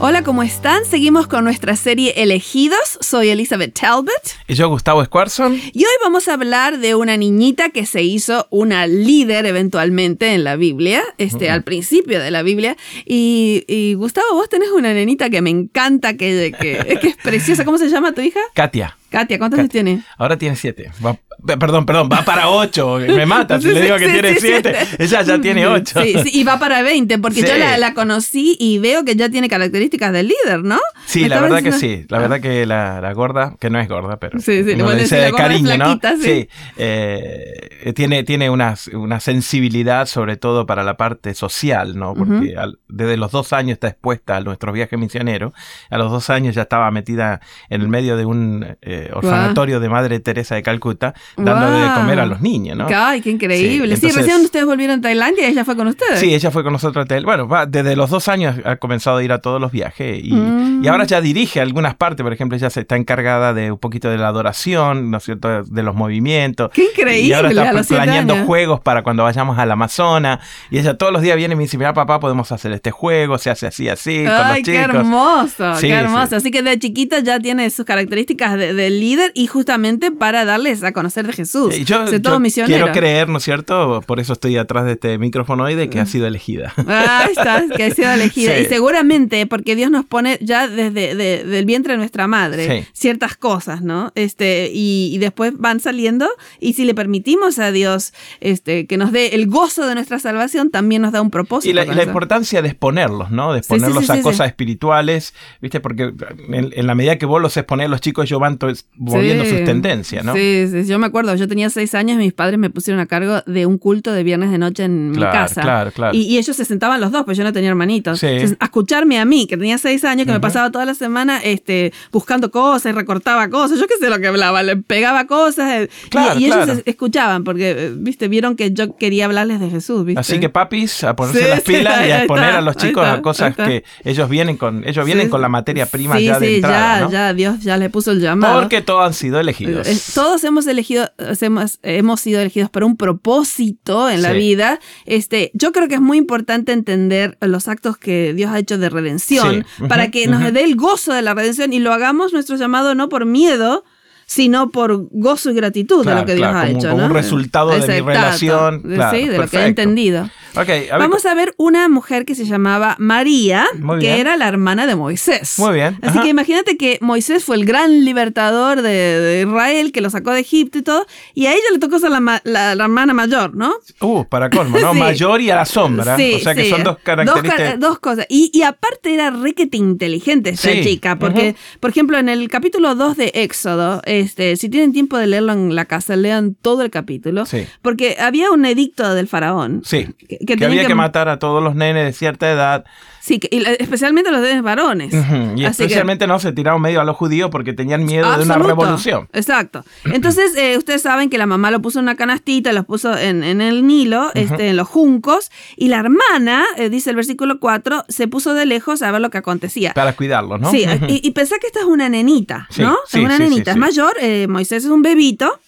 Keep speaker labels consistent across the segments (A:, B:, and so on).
A: Hola, ¿cómo están? Seguimos con nuestra serie Elegidos. Soy Elizabeth Talbot.
B: Y yo, Gustavo Squarson.
A: Y hoy vamos a hablar de una niñita que se hizo una líder eventualmente en la Biblia, este, al principio de la Biblia. Y, y, Gustavo, vos tenés una nenita que me encanta, que, que, que es preciosa. ¿Cómo se llama tu hija?
B: Katia.
A: Katia, ¿cuántos años tiene?
B: Ahora tiene siete. Va, perdón, perdón, va para ocho. Me mata si le digo que
A: Sí,
B: tiene
A: sí,
B: siete.
A: sí.
B: Ella ya tiene ocho.
A: Sí, sí, y va para 20, porque
B: Sí.
A: yo la, la conocí y veo que ya tiene características de líder, ¿no?
B: Sí,
A: Me
B: la
A: estabas
B: verdad que
A: diciendo- Ah.
B: sí. La verdad que la, la gorda, que no es gorda, pero.
A: Sí, sí,
B: uno
A: bueno,
B: le dice
A: si la
B: de
A: gorda es
B: cariño,
A: flaquita,
B: ¿no?
A: sí.
B: eh, tiene tiene una, una sensibilidad, sobre todo para la parte social, ¿no? Porque al- desde los dos años está expuesta a nuestro viaje misionero. A los dos años ya estaba metida en el medio de un eh, orfanatorio de Madre Teresa de Calcuta, dándole de
A: Guau.
B: comer a los niños, ¿no?
A: Ay, qué increíble. Sí,
B: Sí, entonces-
A: recién ustedes volvieron a Tailandia y ella fue con ustedes.
B: Sí, ella fue con nosotros a Tel. Bueno, va, desde los dos años ha comenzado a ir a todos los viajes y,
A: Mm.
B: y ahora ya dirige algunas partes. Por ejemplo, ella se está encargada de un poquito de la adoración, ¿no es cierto? De los movimientos.
A: Qué increíble.
B: Y ahora está
A: a los siete
B: planeando
A: años.
B: juegos para cuando vayamos al Amazonas. Y ella todos los días viene y me dice: Mira, papá, podemos hacer este juego, se hace así, así, con los
A: Ay, qué
B: chicos.
A: hermoso,
B: Sí,
A: qué hermoso.
B: sí.
A: Así que de chiquita ya tiene sus características de, de líder y justamente para darles a conocer de Jesús.
B: Y Yo,
A: Sobre todo
B: yo
A: misionero.
B: quiero creer, ¿no es cierto? Por eso estoy atrás de este micrófono hoy
A: Mm.
B: de que ha sido elegida.
A: Ah, está, que ha sido elegida.
B: Sí.
A: Y seguramente porque Dios nos pone ya desde de- del vientre de nuestra madre
B: Sí.
A: ciertas cosas, ¿no? Este, y, y después van saliendo y si le permitimos a Dios este, que nos dé el gozo de nuestra salvación, también nos da un propósito.
B: Y la, y
A: con
B: la
A: eso.
B: importancia de exponerlos, ¿no? De
A: Sí, sí, sí,
B: exponerlos a
A: sí, sí.
B: cosas espirituales, ¿viste? Porque en, en la medida que vos los exponés, los chicos ellos van to- moviendo
A: Sí.
B: sus tendencias, ¿no?
A: Sí, sí, yo me acuerdo, yo tenía seis años y mis padres me pusieron a cargo de un culto de viernes de noche en
B: Claro,
A: mi casa.
B: claro, claro.
A: Y, y ellos se sentaban los dos, pues yo no tenía hermanitos.
B: Sí.
A: Entonces, a escucharme a mí, que tenía seis años, que me
B: Ujú.
A: pasaba toda la semana este, buscando cosas, recortaba cosas, yo qué sé lo que hablaba, le pegaba cosas. eh, y-
B: Claro,
A: y, ellos
B: claro.
A: se escuchaban porque, eh, viste, vieron que yo quería hablarles de Jesús, viste.
B: Así que papis, a ponerse
A: Sí,
B: las
A: sí,
B: pilas
A: ahí
B: y a exponer
A: está,
B: a los
A: ahí
B: chicos
A: está,
B: a
A: ahí
B: cosas
A: está.
B: que ellos vienen con, ellos vienen
A: Sí.
B: con la materia prima
A: Sí,
B: ya de
A: sí,
B: entrada,
A: ya,
B: ¿no?
A: ya, Dios ya le puso el llamado.
B: Porque todos han sido elegidos.
A: Eh, Todos hemos elegido, hemos, hemos sido elegidos para un propósito en la
B: Sí.
A: vida. Este, yo creo que es muy importante entender los actos que Dios ha hecho de redención
B: Sí. Ujú,
A: para que nos
B: ujú.
A: dé el gozo de la redención y lo hagamos nuestro llamado no por miedo, sino por gozo y gratitud de
B: Claro,
A: lo que Dios
B: claro,
A: ha
B: como-
A: hecho.
B: como
A: ¿no?
B: un resultado de mi
A: Exacto.
B: relación.
A: Sí,
B: Claro,
A: de lo que he
B: perfecto.
A: entendido.
B: Ok, a ver,
A: Vamos a ver una mujer que se llamaba María,
B: Muy
A: que
B: bien.
A: era la hermana de Moisés.
B: Muy bien,
A: Así
B: ajá.
A: que imagínate que Moisés fue el gran libertador de, de Israel, que lo sacó de Egipto y todo, y a ella le tocó ser la, ma- la- la hermana mayor, ¿no?
B: uh, para colmo, ¿no?
A: Sí.
B: Mayor y a la sombra. o sea que
A: sí.
B: son dos
A: ca-
B: características.
A: dos cosas. Y, y aparte era requete inteligente esta
B: Sí,
A: chica, porque, por ejemplo, en el capítulo 2 de Éxodo, este, si tienen tiempo de leerlo en la casa, lean todo el capítulo,
B: Sí.
A: porque había un edicto del faraón.
B: sí.
A: Que, que
B: Que,
A: tenían
B: había que
A: ma-
B: matar a todos los nenes de cierta edad
A: Sí, que- y la- especialmente los nenes varones.
B: Ujú, Y
A: Así que-
B: especialmente no se tiraron medio a los judíos porque tenían miedo de una
A: Absoluto.
B: revolución.
A: Exacto. Entonces, eh, ustedes saben que la mamá lo puso en una canastita, los puso en, en el Nilo, este, en los juncos, y la hermana, eh, dice el versículo 4, se puso de lejos a ver lo que acontecía.
B: Para cuidarlos, ¿no?
A: Sí,
B: Ujú.
A: y, y pensá que esta es una nenita,
B: Sí,
A: ¿no?
B: sí,
A: es una
B: sí, sí,
A: nenita, es
B: sí.
A: mayor, eh, Moisés es un bebito.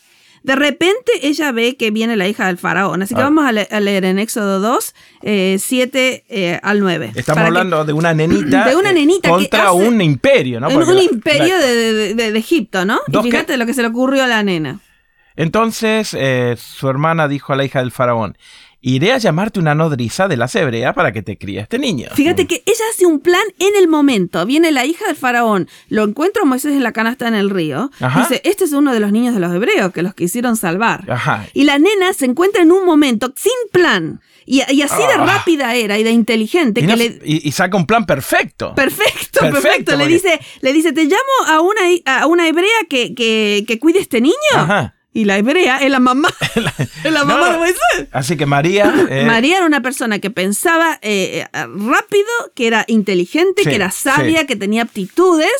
A: De repente ella ve que viene la hija del faraón. Así que
B: Ah.
A: vamos a, le- a leer en Éxodo 2, eh, 7 eh, al 9.
B: Estamos
A: Para que-
B: hablando de una nenita.
A: de una
B: eh,
A: nenita que
B: Contra
A: hace-
B: un imperio, ¿no?
A: en
B: Porque
A: un
B: la-
A: imperio
B: la-
A: de, de- de- de Egipto, ¿no? Y
B: Dos que-
A: fíjate lo que se le ocurrió a la nena.
B: Entonces, eh, su hermana dijo a la hija del faraón: Iré a llamarte una nodriza de las hebreas para que te críe este niño.
A: Fíjate que ella hace un plan en el momento. Viene la hija del faraón, lo encuentra a Moisés en la canasta en el río.
B: Ajá.
A: Dice, este es uno de los niños de los hebreos que los quisieron salvar.
B: Ajá.
A: Y la nena se encuentra en un momento sin plan. Y, y así de
B: Ah.
A: rápida era y de inteligente
B: Y,
A: que
B: no-
A: le...
B: y- y saca un plan perfecto.
A: Perfecto, perfecto.
B: Perfecto,
A: Le
B: porque-
A: dice, le dice, te llamo a una, a una hebrea que, que, que cuide este niño.
B: Ajá.
A: Y la hebrea es la mamá. es la
B: No,
A: mamá
B: no.
A: de Moisés.
B: Así que María. eh,
A: María era una persona que pensaba eh, eh, rápido, que era inteligente,
B: Sí,
A: que era sabia,
B: sí.
A: que tenía aptitudes.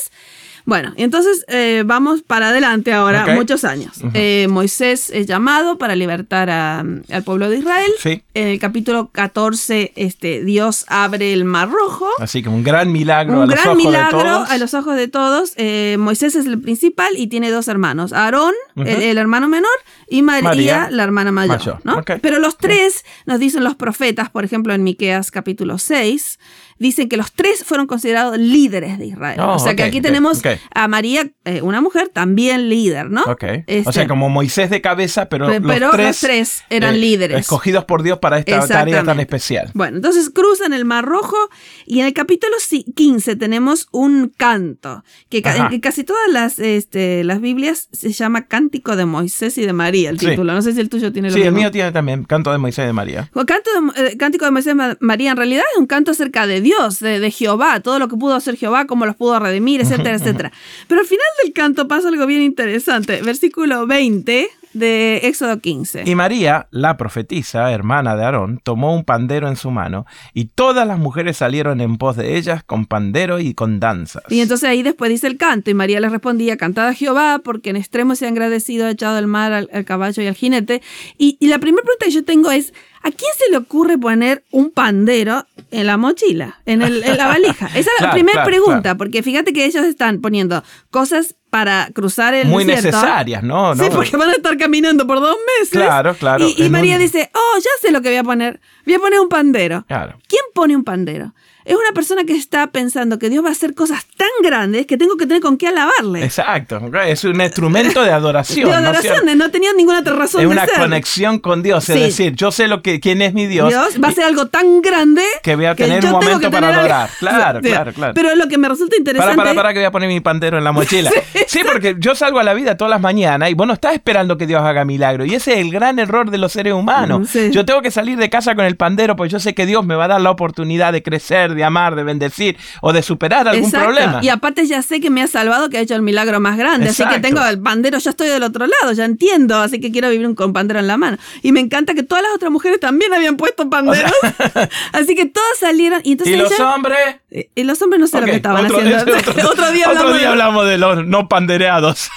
A: Bueno, y entonces eh, vamos para adelante ahora,
B: Ok.
A: muchos años.
B: Ujú.
A: Eh, Moisés es llamado para libertar a- al pueblo de Israel.
B: Sí.
A: En el capítulo 14, este, Dios abre el mar rojo.
B: Así que un gran milagro a
A: Un
B: los
A: gran
B: ojos
A: milagro
B: de todos.
A: a los ojos de todos. Eh, Moisés es el principal y tiene dos hermanos, Aarón,
B: Ujú.
A: el, el hermano menor, y María,
B: María,
A: la hermana mayor.
B: mayor.
A: ¿no?
B: Ok.
A: Pero los tres, nos dicen los profetas, por ejemplo en Miqueas capítulo 6, dicen que los tres fueron considerados líderes de Israel.
B: Oh,
A: o sea que
B: ok,
A: aquí
B: ok,
A: tenemos
B: ok.
A: a María, eh, una mujer también líder, ¿no?
B: Ok.
A: Este,
B: o sea, como Moisés de cabeza, pero,
A: pe-
B: los,
A: pero
B: tres,
A: eran
B: eh,
A: líderes.
B: Escogidos por Dios para esta tarea tan
A: Exactamente.
B: especial.
A: Bueno, entonces cruzan el Mar Rojo y en el capítulo ci- 15 tenemos un canto, que, ca-
B: Ajá.
A: que casi todas las, este, las Biblias se llama Cántico de Moisés y de María, el
B: Sí.
A: título. No sé si el tuyo tiene lo
B: Sí, el
A: mismo.
B: mío tiene también canto de Moisés y de María.
A: O canto de Mo- eh, Cántico de Moisés y Ma- María en realidad es un canto acerca de Dios, de, de Jehová, todo lo que pudo hacer Jehová, cómo los pudo redimir, etcétera, etcétera. Pero al final del canto pasa algo bien interesante. Versículo 20 de Éxodo 15.
B: Y María, la profetisa, hermana de Aarón, tomó un pandero en su mano y todas las mujeres salieron en pos de ellas con pandero y con danzas.
A: Y entonces ahí después dice el canto, y María les respondía, cantad a Jehová, porque en extremo se ha agradecido, ha echado el mar al, al caballo y al jinete. Y, y la primera pregunta que yo tengo es, ¿a quién se le ocurre poner un pandero en la mochila, en, el- en la valija? Esa es la
B: Claro,
A: primera
B: claro,
A: pregunta,
B: claro.
A: porque fíjate que ellos están poniendo cosas para cruzar el
B: Muy
A: desierto.
B: necesarias, ¿no?
A: Sí,
B: ¿No?
A: porque van a estar caminando por dos meses.
B: Claro, claro,
A: Y, y
B: en
A: María
B: un-
A: dice, oh, ya sé lo que voy a poner. Voy a poner un pandero.
B: Claro.
A: ¿Quién pone un pandero? Es una persona que está pensando que Dios va a hacer cosas tan grandes que tengo que tener con qué alabarle.
B: Exacto. Es un instrumento de
A: De
B: adoración. ¿no es
A: adoración,
B: cierto?
A: no, tenía ninguna otra razón
B: Es
A: de
B: una
A: ser.
B: conexión con Dios. Es
A: Sí.
B: decir, yo sé lo que, quién es mi Dios.
A: Dios va a ser algo tan grande
B: que voy a tener
A: yo tengo
B: un momento
A: que
B: para
A: tener algo-
B: adorar. Claro, claro, claro.
A: Pero lo que me resulta
B: Para,
A: interesante
B: para, para, que voy a poner mi pandero en la mochila. sí, porque yo salgo a la vida todas las mañanas y vos no estás esperando que Dios haga milagro. Y ese es el gran error de los seres
A: Mm,
B: humanos.
A: sí.
B: Yo tengo que salir de casa con el pandero porque yo sé que Dios me va a dar la oportunidad de crecer, de amar, de bendecir o de superar algún
A: Exacto.
B: problema.
A: Y aparte ya sé que me ha salvado, que ha hecho el milagro más grande. Así que
B: Exacto.
A: tengo el pandero, ya estoy del otro lado, ya entiendo. Así que quiero vivir un- con pandero en la mano. Y me encanta que todas las otras mujeres también habían puesto panderos. así que todas salieron. Y entonces
B: ¿Y los
A: ella-
B: hombres.
A: Eh, eh, los hombres no sé
B: Ok,
A: lo que estaban
B: otro-
A: haciendo.
B: ese otro-
A: Otro día
B: otro
A: hablamos de-
B: día hablamos de los no pandereados.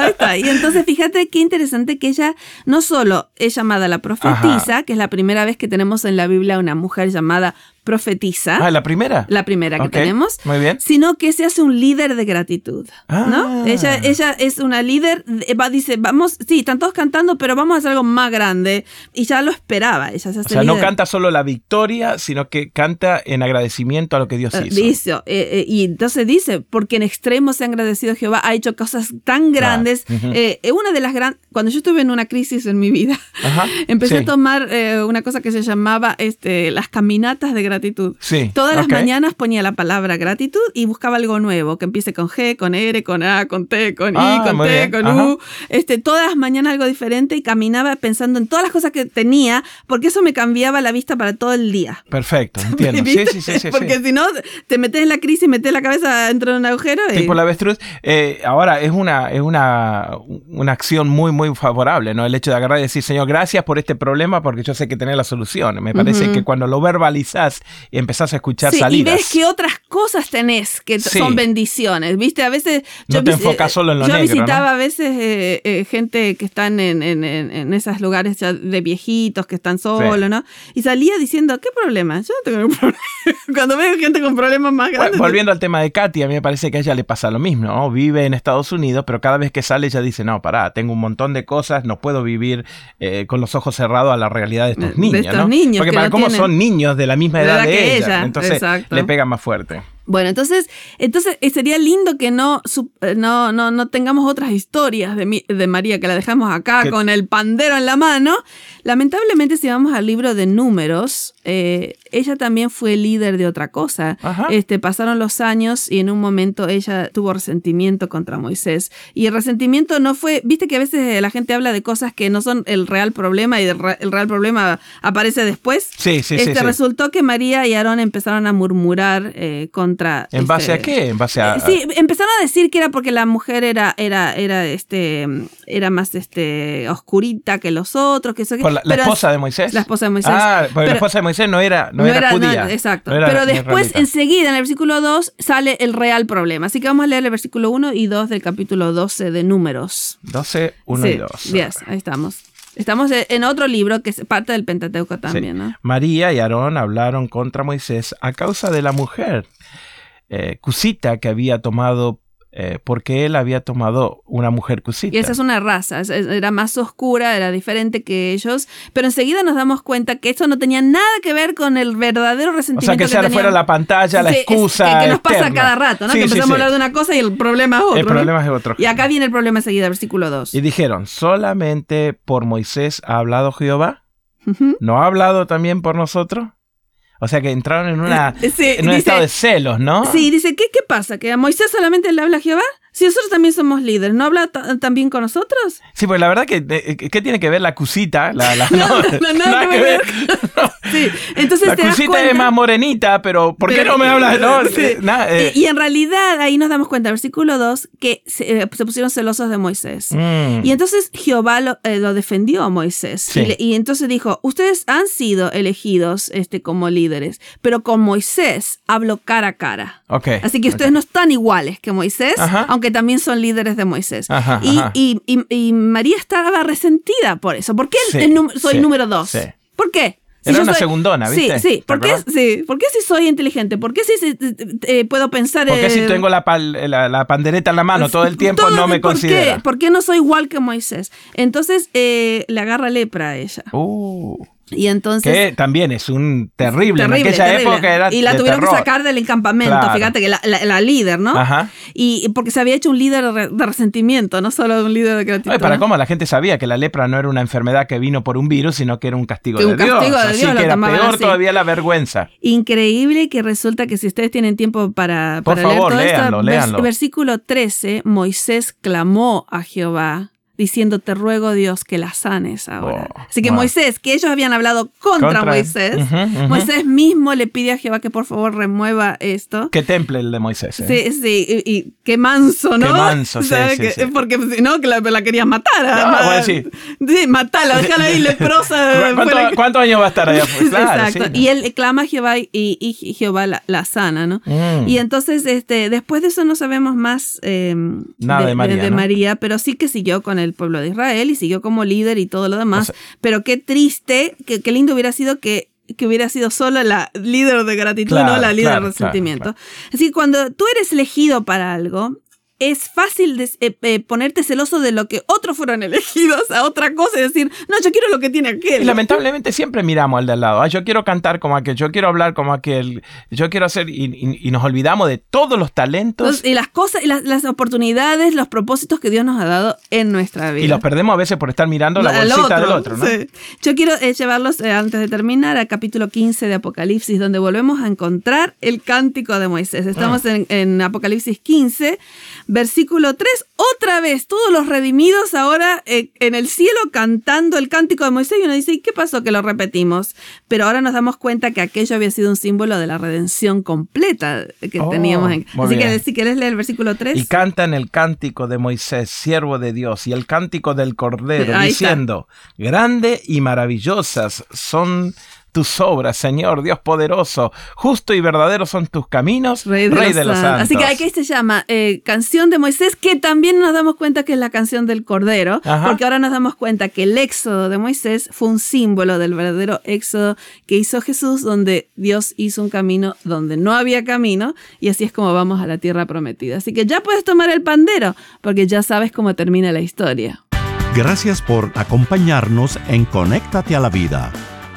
A: Ahí está. Y entonces fíjate qué interesante que ella no solo es llamada la profetisa, que es la primera vez que tenemos en la Biblia una mujer llamada profetisa.
B: Ah, la primera.
A: la primera que
B: Ok,
A: tenemos,
B: Muy bien.
A: sino que se hace un líder de gratitud, ¿no?
B: Ah.
A: Ella, ella es una líder, eh, va, dice, vamos, sí, están todos cantando, pero vamos a hacer algo más grande. Y ya lo esperaba, ella se hace
B: O sea, no
A: líder.
B: canta solo la victoria, sino que canta en agradecimiento a lo que Dios
A: Eh,
B: hizo.
A: Dice, eh, eh, y entonces dice, porque en extremo se han agradecido a Jehová, ha hecho cosas tan
B: Claro.
A: grandes.
B: Ujú.
A: Eh, eh, una de las grandes, cuando yo estuve en una crisis en mi vida,
B: Ajá,
A: empecé
B: sí.
A: a tomar eh, una cosa que se llamaba este, las caminatas de gratitud.
B: Sí,
A: Todas las
B: ok.
A: mañanas ponía la palabra gratitud y buscaba algo nuevo, que empiece con G, con R, con A, con T, con
B: Ah,
A: I, con
B: muy
A: T,
B: bien,
A: con
B: ajá.
A: U. Este, todas las mañanas algo diferente y caminaba pensando en todas las cosas que tenía, porque eso me cambiaba la vista para todo el día.
B: Perfecto, entiendo. Sí,
A: ¿Viste?
B: sí, sí, sí, sí.
A: Porque si no, te metes en la crisis, metes la cabeza dentro de un agujero y...
B: Tipo la avestruz. Eh, ahora es una, es una, una acción muy, muy favorable, ¿no? El hecho de agarrar y decir, Señor, gracias por este problema porque yo sé que tenés la solución. Me parece
A: Ujú.
B: que cuando lo verbalizás y empezás a escuchar
A: Sí, y
B: salidas.
A: ves que otras cosas tenés que t-
B: Sí.
A: son bendiciones, ¿viste? A veces...
B: No te
A: vis-
B: enfocas
A: eh,
B: solo en lo
A: Yo
B: negro,
A: visitaba
B: ¿no?
A: a veces eh, eh, gente que están en, en, en- en esos lugares ya de viejitos, que están solos, ¿no? Y salía diciendo, ¿qué problema? Yo no tengo ningún problema. Cuando veo gente con problemas más
B: Bueno,
A: grandes...
B: volviendo al tema de Katy, a mí me parece que a ella le pasa lo mismo, ¿no? Vive en Estados Unidos, pero cada vez que sale ella dice, no, pará, tengo un montón de cosas, no puedo vivir eh, con los ojos cerrados a la realidad de
A: De
B: estos niños,
A: estos
B: ¿no?
A: niños
B: Porque
A: que
B: para
A: no
B: cómo
A: tienen-
B: son niños de la misma
A: De
B: edad
A: la
B: de
A: que
B: ella,
A: ella,
B: entonces
A: exacto.
B: le pega más fuerte.
A: Bueno, entonces, entonces eh, sería lindo que no, su- eh, no, no, no tengamos otras historias de, mi- de María, que la dejamos acá
B: Que-
A: con el pandero en la mano. Lamentablemente, si vamos al libro de números, eh, ella también fue líder de otra cosa.
B: Ajá.
A: Este, pasaron los años y en un momento ella tuvo resentimiento contra Moisés. Y el resentimiento no fue, viste que a veces eh, la gente habla de cosas que no son el real problema y el re- el real problema aparece después.
B: Sí, sí, sí,
A: Este,
B: sí.
A: Resultó que María y Aarón empezaron a murmurar eh, con- contra...
B: ¿En
A: este,
B: base a qué? ¿En base a...?
A: eh, Sí, empezaron a decir que era porque la mujer era, era, era, este, era más este, oscurita que los otros, que eso que...
B: ¿Por la, la
A: pero-
B: esposa de Moisés?
A: La esposa de Moisés.
B: Ah, porque
A: Pero-
B: la esposa de Moisés no era, no era,
A: no,
B: judía.
A: exacto.
B: no era
A: Pero
B: ni
A: después,
B: israelita.
A: enseguida, en el versículo 2, sale el real problema. Así que vamos a leer el versículo 1 y 2 del capítulo 12 de Números.
B: 12, 1 y 2.
A: Sí, yes, ahí estamos. Estamos e- en otro libro que es parte del Pentateuco también, ¿no?
B: María y Aarón hablaron contra Moisés a causa de la mujer eh, cusita que había tomado, eh, porque él había tomado una mujer cusita.
A: Y esa es una raza, es- es- era más oscura, era diferente que ellos, pero enseguida nos damos cuenta que esto no tenía nada que ver con el verdadero
B: o sea,
A: resentimiento
B: que sea
A: tenían.
B: fuera la pantalla, la
A: Sí, es-
B: excusa.
A: que, que nos pasa
B: externa.
A: cada rato, ¿no?
B: Sí,
A: que
B: sí,
A: empezamos
B: sí.
A: a hablar de una cosa y el problema es otro.
B: El
A: ¿no?
B: problema es otro.
A: Y acá viene el problema enseguida, versículo 2.
B: Y dijeron, ¿solamente por Moisés ha hablado Jehová?
A: Ujú.
B: ¿No ha hablado también por nosotros? O sea que entraron en, una,
A: Sí,
B: Ah, en un
A: Eh, dice-
B: estado de celos, ¿no?
A: Sí, dice, ¿qué, ¿qué pasa? ¿Que a Moisés solamente le habla Jehová? Si nosotros también somos líderes, ¿no habla ta- también con nosotros?
B: Sí, pues la verdad que, eh, eh, ¿qué tiene que ver la cusita? La, la-
A: No, no, no,
B: nada
A: no,
B: que
A: no,
B: ver.
A: Sí, entonces
B: La
A: te das
B: cusita
A: cuenta...
B: es más morenita, pero ¿por qué
A: Pero-
B: no me hablas? No,
A: Sí.
B: eh, nada, eh,
A: Y, y en realidad ahí nos damos cuenta, versículo 2, que se, eh, se pusieron celosos de Moisés.
B: mm,
A: Y entonces Jehová lo, eh, lo defendió a Moisés.
B: Sí.
A: Y, le- y entonces dijo, ustedes han sido elegidos este, como líderes, pero con Moisés hablo cara a cara.
B: ok.
A: Así que ustedes no están iguales que Moisés,
B: Ajá.
A: aunque también son líderes de Moisés.
B: Ajá,
A: y,
B: ajá.
A: y- y- y María estaba resentida por eso. ¿Por qué el-
B: Sí,
A: el num- soy
B: sí,
A: número dos?
B: sí.
A: ¿Por qué?
B: Era
A: yo
B: una segundona, ¿viste?
A: Sí, sí.
B: ¿Te
A: ¿Por qué,
B: acordás?
A: sí. ¿Por qué si soy inteligente? ¿Por qué si si- eh, puedo pensar
B: Porque si
A: eh,
B: tengo la, pal- la, la pandereta en la mano todo el tiempo,
A: todo-
B: no me
A: ¿por qué?
B: considera.
A: ¿Por qué no soy igual que Moisés? Entonces eh, le agarra lepra a ella.
B: Uh,
A: Y entonces.
B: que también es un terrible. en aquella
A: terrible.
B: época era
A: y la
B: de
A: tuvieron que
B: terror.
A: sacar del encampamento,
B: Claro.
A: fíjate que la, la- la líder, ¿no?
B: Ajá.
A: Y y porque se había hecho un líder de re- de resentimiento, no solo de un líder de gratitud.
B: Ay, para
A: ¿no?
B: cómo la gente sabía que la lepra no era una enfermedad que vino por un virus, sino que era un castigo,
A: Que
B: de,
A: un castigo
B: Dios.
A: de Dios
B: Así
A: lo
B: que era
A: tomaban
B: peor
A: así.
B: todavía la vergüenza.
A: Increíble que resulta que si ustedes tienen tiempo para,
B: Por
A: para
B: favor,
A: leer todo
B: léanlo,
A: esto,
B: léanlo.
A: versículo 13, Moisés clamó a Jehová diciendo, te ruego Dios que la sanes ahora.
B: Oh,
A: Así que
B: wow.
A: Moisés, que ellos habían hablado contra, Moisés,
B: Ujú, ujú.
A: Moisés mismo le pide a Jehová que por favor remueva esto.
B: Qué temple el de Moisés. ¿eh?
A: Sí, sí, y, y qué manso, ¿no?
B: Qué manso, sí,
A: ¿Sabes
B: sí,
A: que-
B: sí.
A: Porque si no, que la, la querías matar.
B: No,
A: además.
B: pues sí.
A: Sí, matala, déjala ahí leprosa.
B: ¿Cuánto-
A: fuera-
B: ¿Cuántos años va a estar allá? afuera? Claro,
A: Exacto.
B: sí.
A: Y él clama a Jehová y, y Jehová la, la sana, ¿no?
B: Mm.
A: Y entonces, este, después de eso no sabemos más eh,
B: Nada de María, ¿no?
A: María, pero sí que siguió con el pueblo de Israel y siguió como líder y todo lo demás. pero qué triste, que- qué lindo hubiera sido que, que hubiera sido solo la líder de gratitud,
B: Claro,
A: no la líder
B: claro,
A: de resentimiento.
B: claro,
A: Así que cuando tú eres elegido para algo, es fácil des- eh, eh, ponerte celoso de lo que otros fueron elegidos a otra cosa y decir, no, yo quiero lo que tiene aquel.
B: Y lamentablemente siempre miramos al de al lado. Ah, yo quiero cantar como aquel, yo quiero hablar como aquel, yo quiero hacer. Y, y- y nos olvidamos de todos los talentos
A: Entonces, y las cosas, y las, las oportunidades, los propósitos que Dios nos ha dado en nuestra vida.
B: y los perdemos a veces por estar mirando la
A: Al
B: bolsita del otro, ¿no?
A: sí. Yo quiero eh, llevarlos, eh, antes de terminar, al capítulo 15 de Apocalipsis, donde volvemos a encontrar el cántico de Moisés. Estamos
B: Ah.
A: en, en Apocalipsis 15, versículo 3. Otra vez, todos los redimidos ahora eh, en el cielo cantando el cántico de Moisés. Y uno dice, ¿y qué pasó que lo repetimos? Pero ahora nos damos cuenta que aquello había sido un símbolo de la redención completa que
B: Oh,
A: teníamos. En...
B: muy
A: Así que
B: bien.
A: si quieres leer el versículo 3.
B: Y cantan el cántico de Moisés, siervo de Dios, y el cántico del Cordero,
A: Ahí está.
B: diciendo, grande y maravillosas son tus obras, Señor, Dios poderoso, justo y verdadero son tus caminos, Rey de, los, santos.
A: Así que aquí se llama eh, Canción de Moisés, que también nos damos cuenta que es la canción del Cordero,
B: Ajá.
A: porque ahora nos damos cuenta que el éxodo de Moisés fue un símbolo del verdadero éxodo que hizo Jesús, donde Dios hizo un camino donde no había camino, y así es como vamos a la tierra prometida. Así que ya puedes tomar el pandero, porque ya sabes cómo termina la historia.
C: Gracias por acompañarnos en Conéctate a la Vida.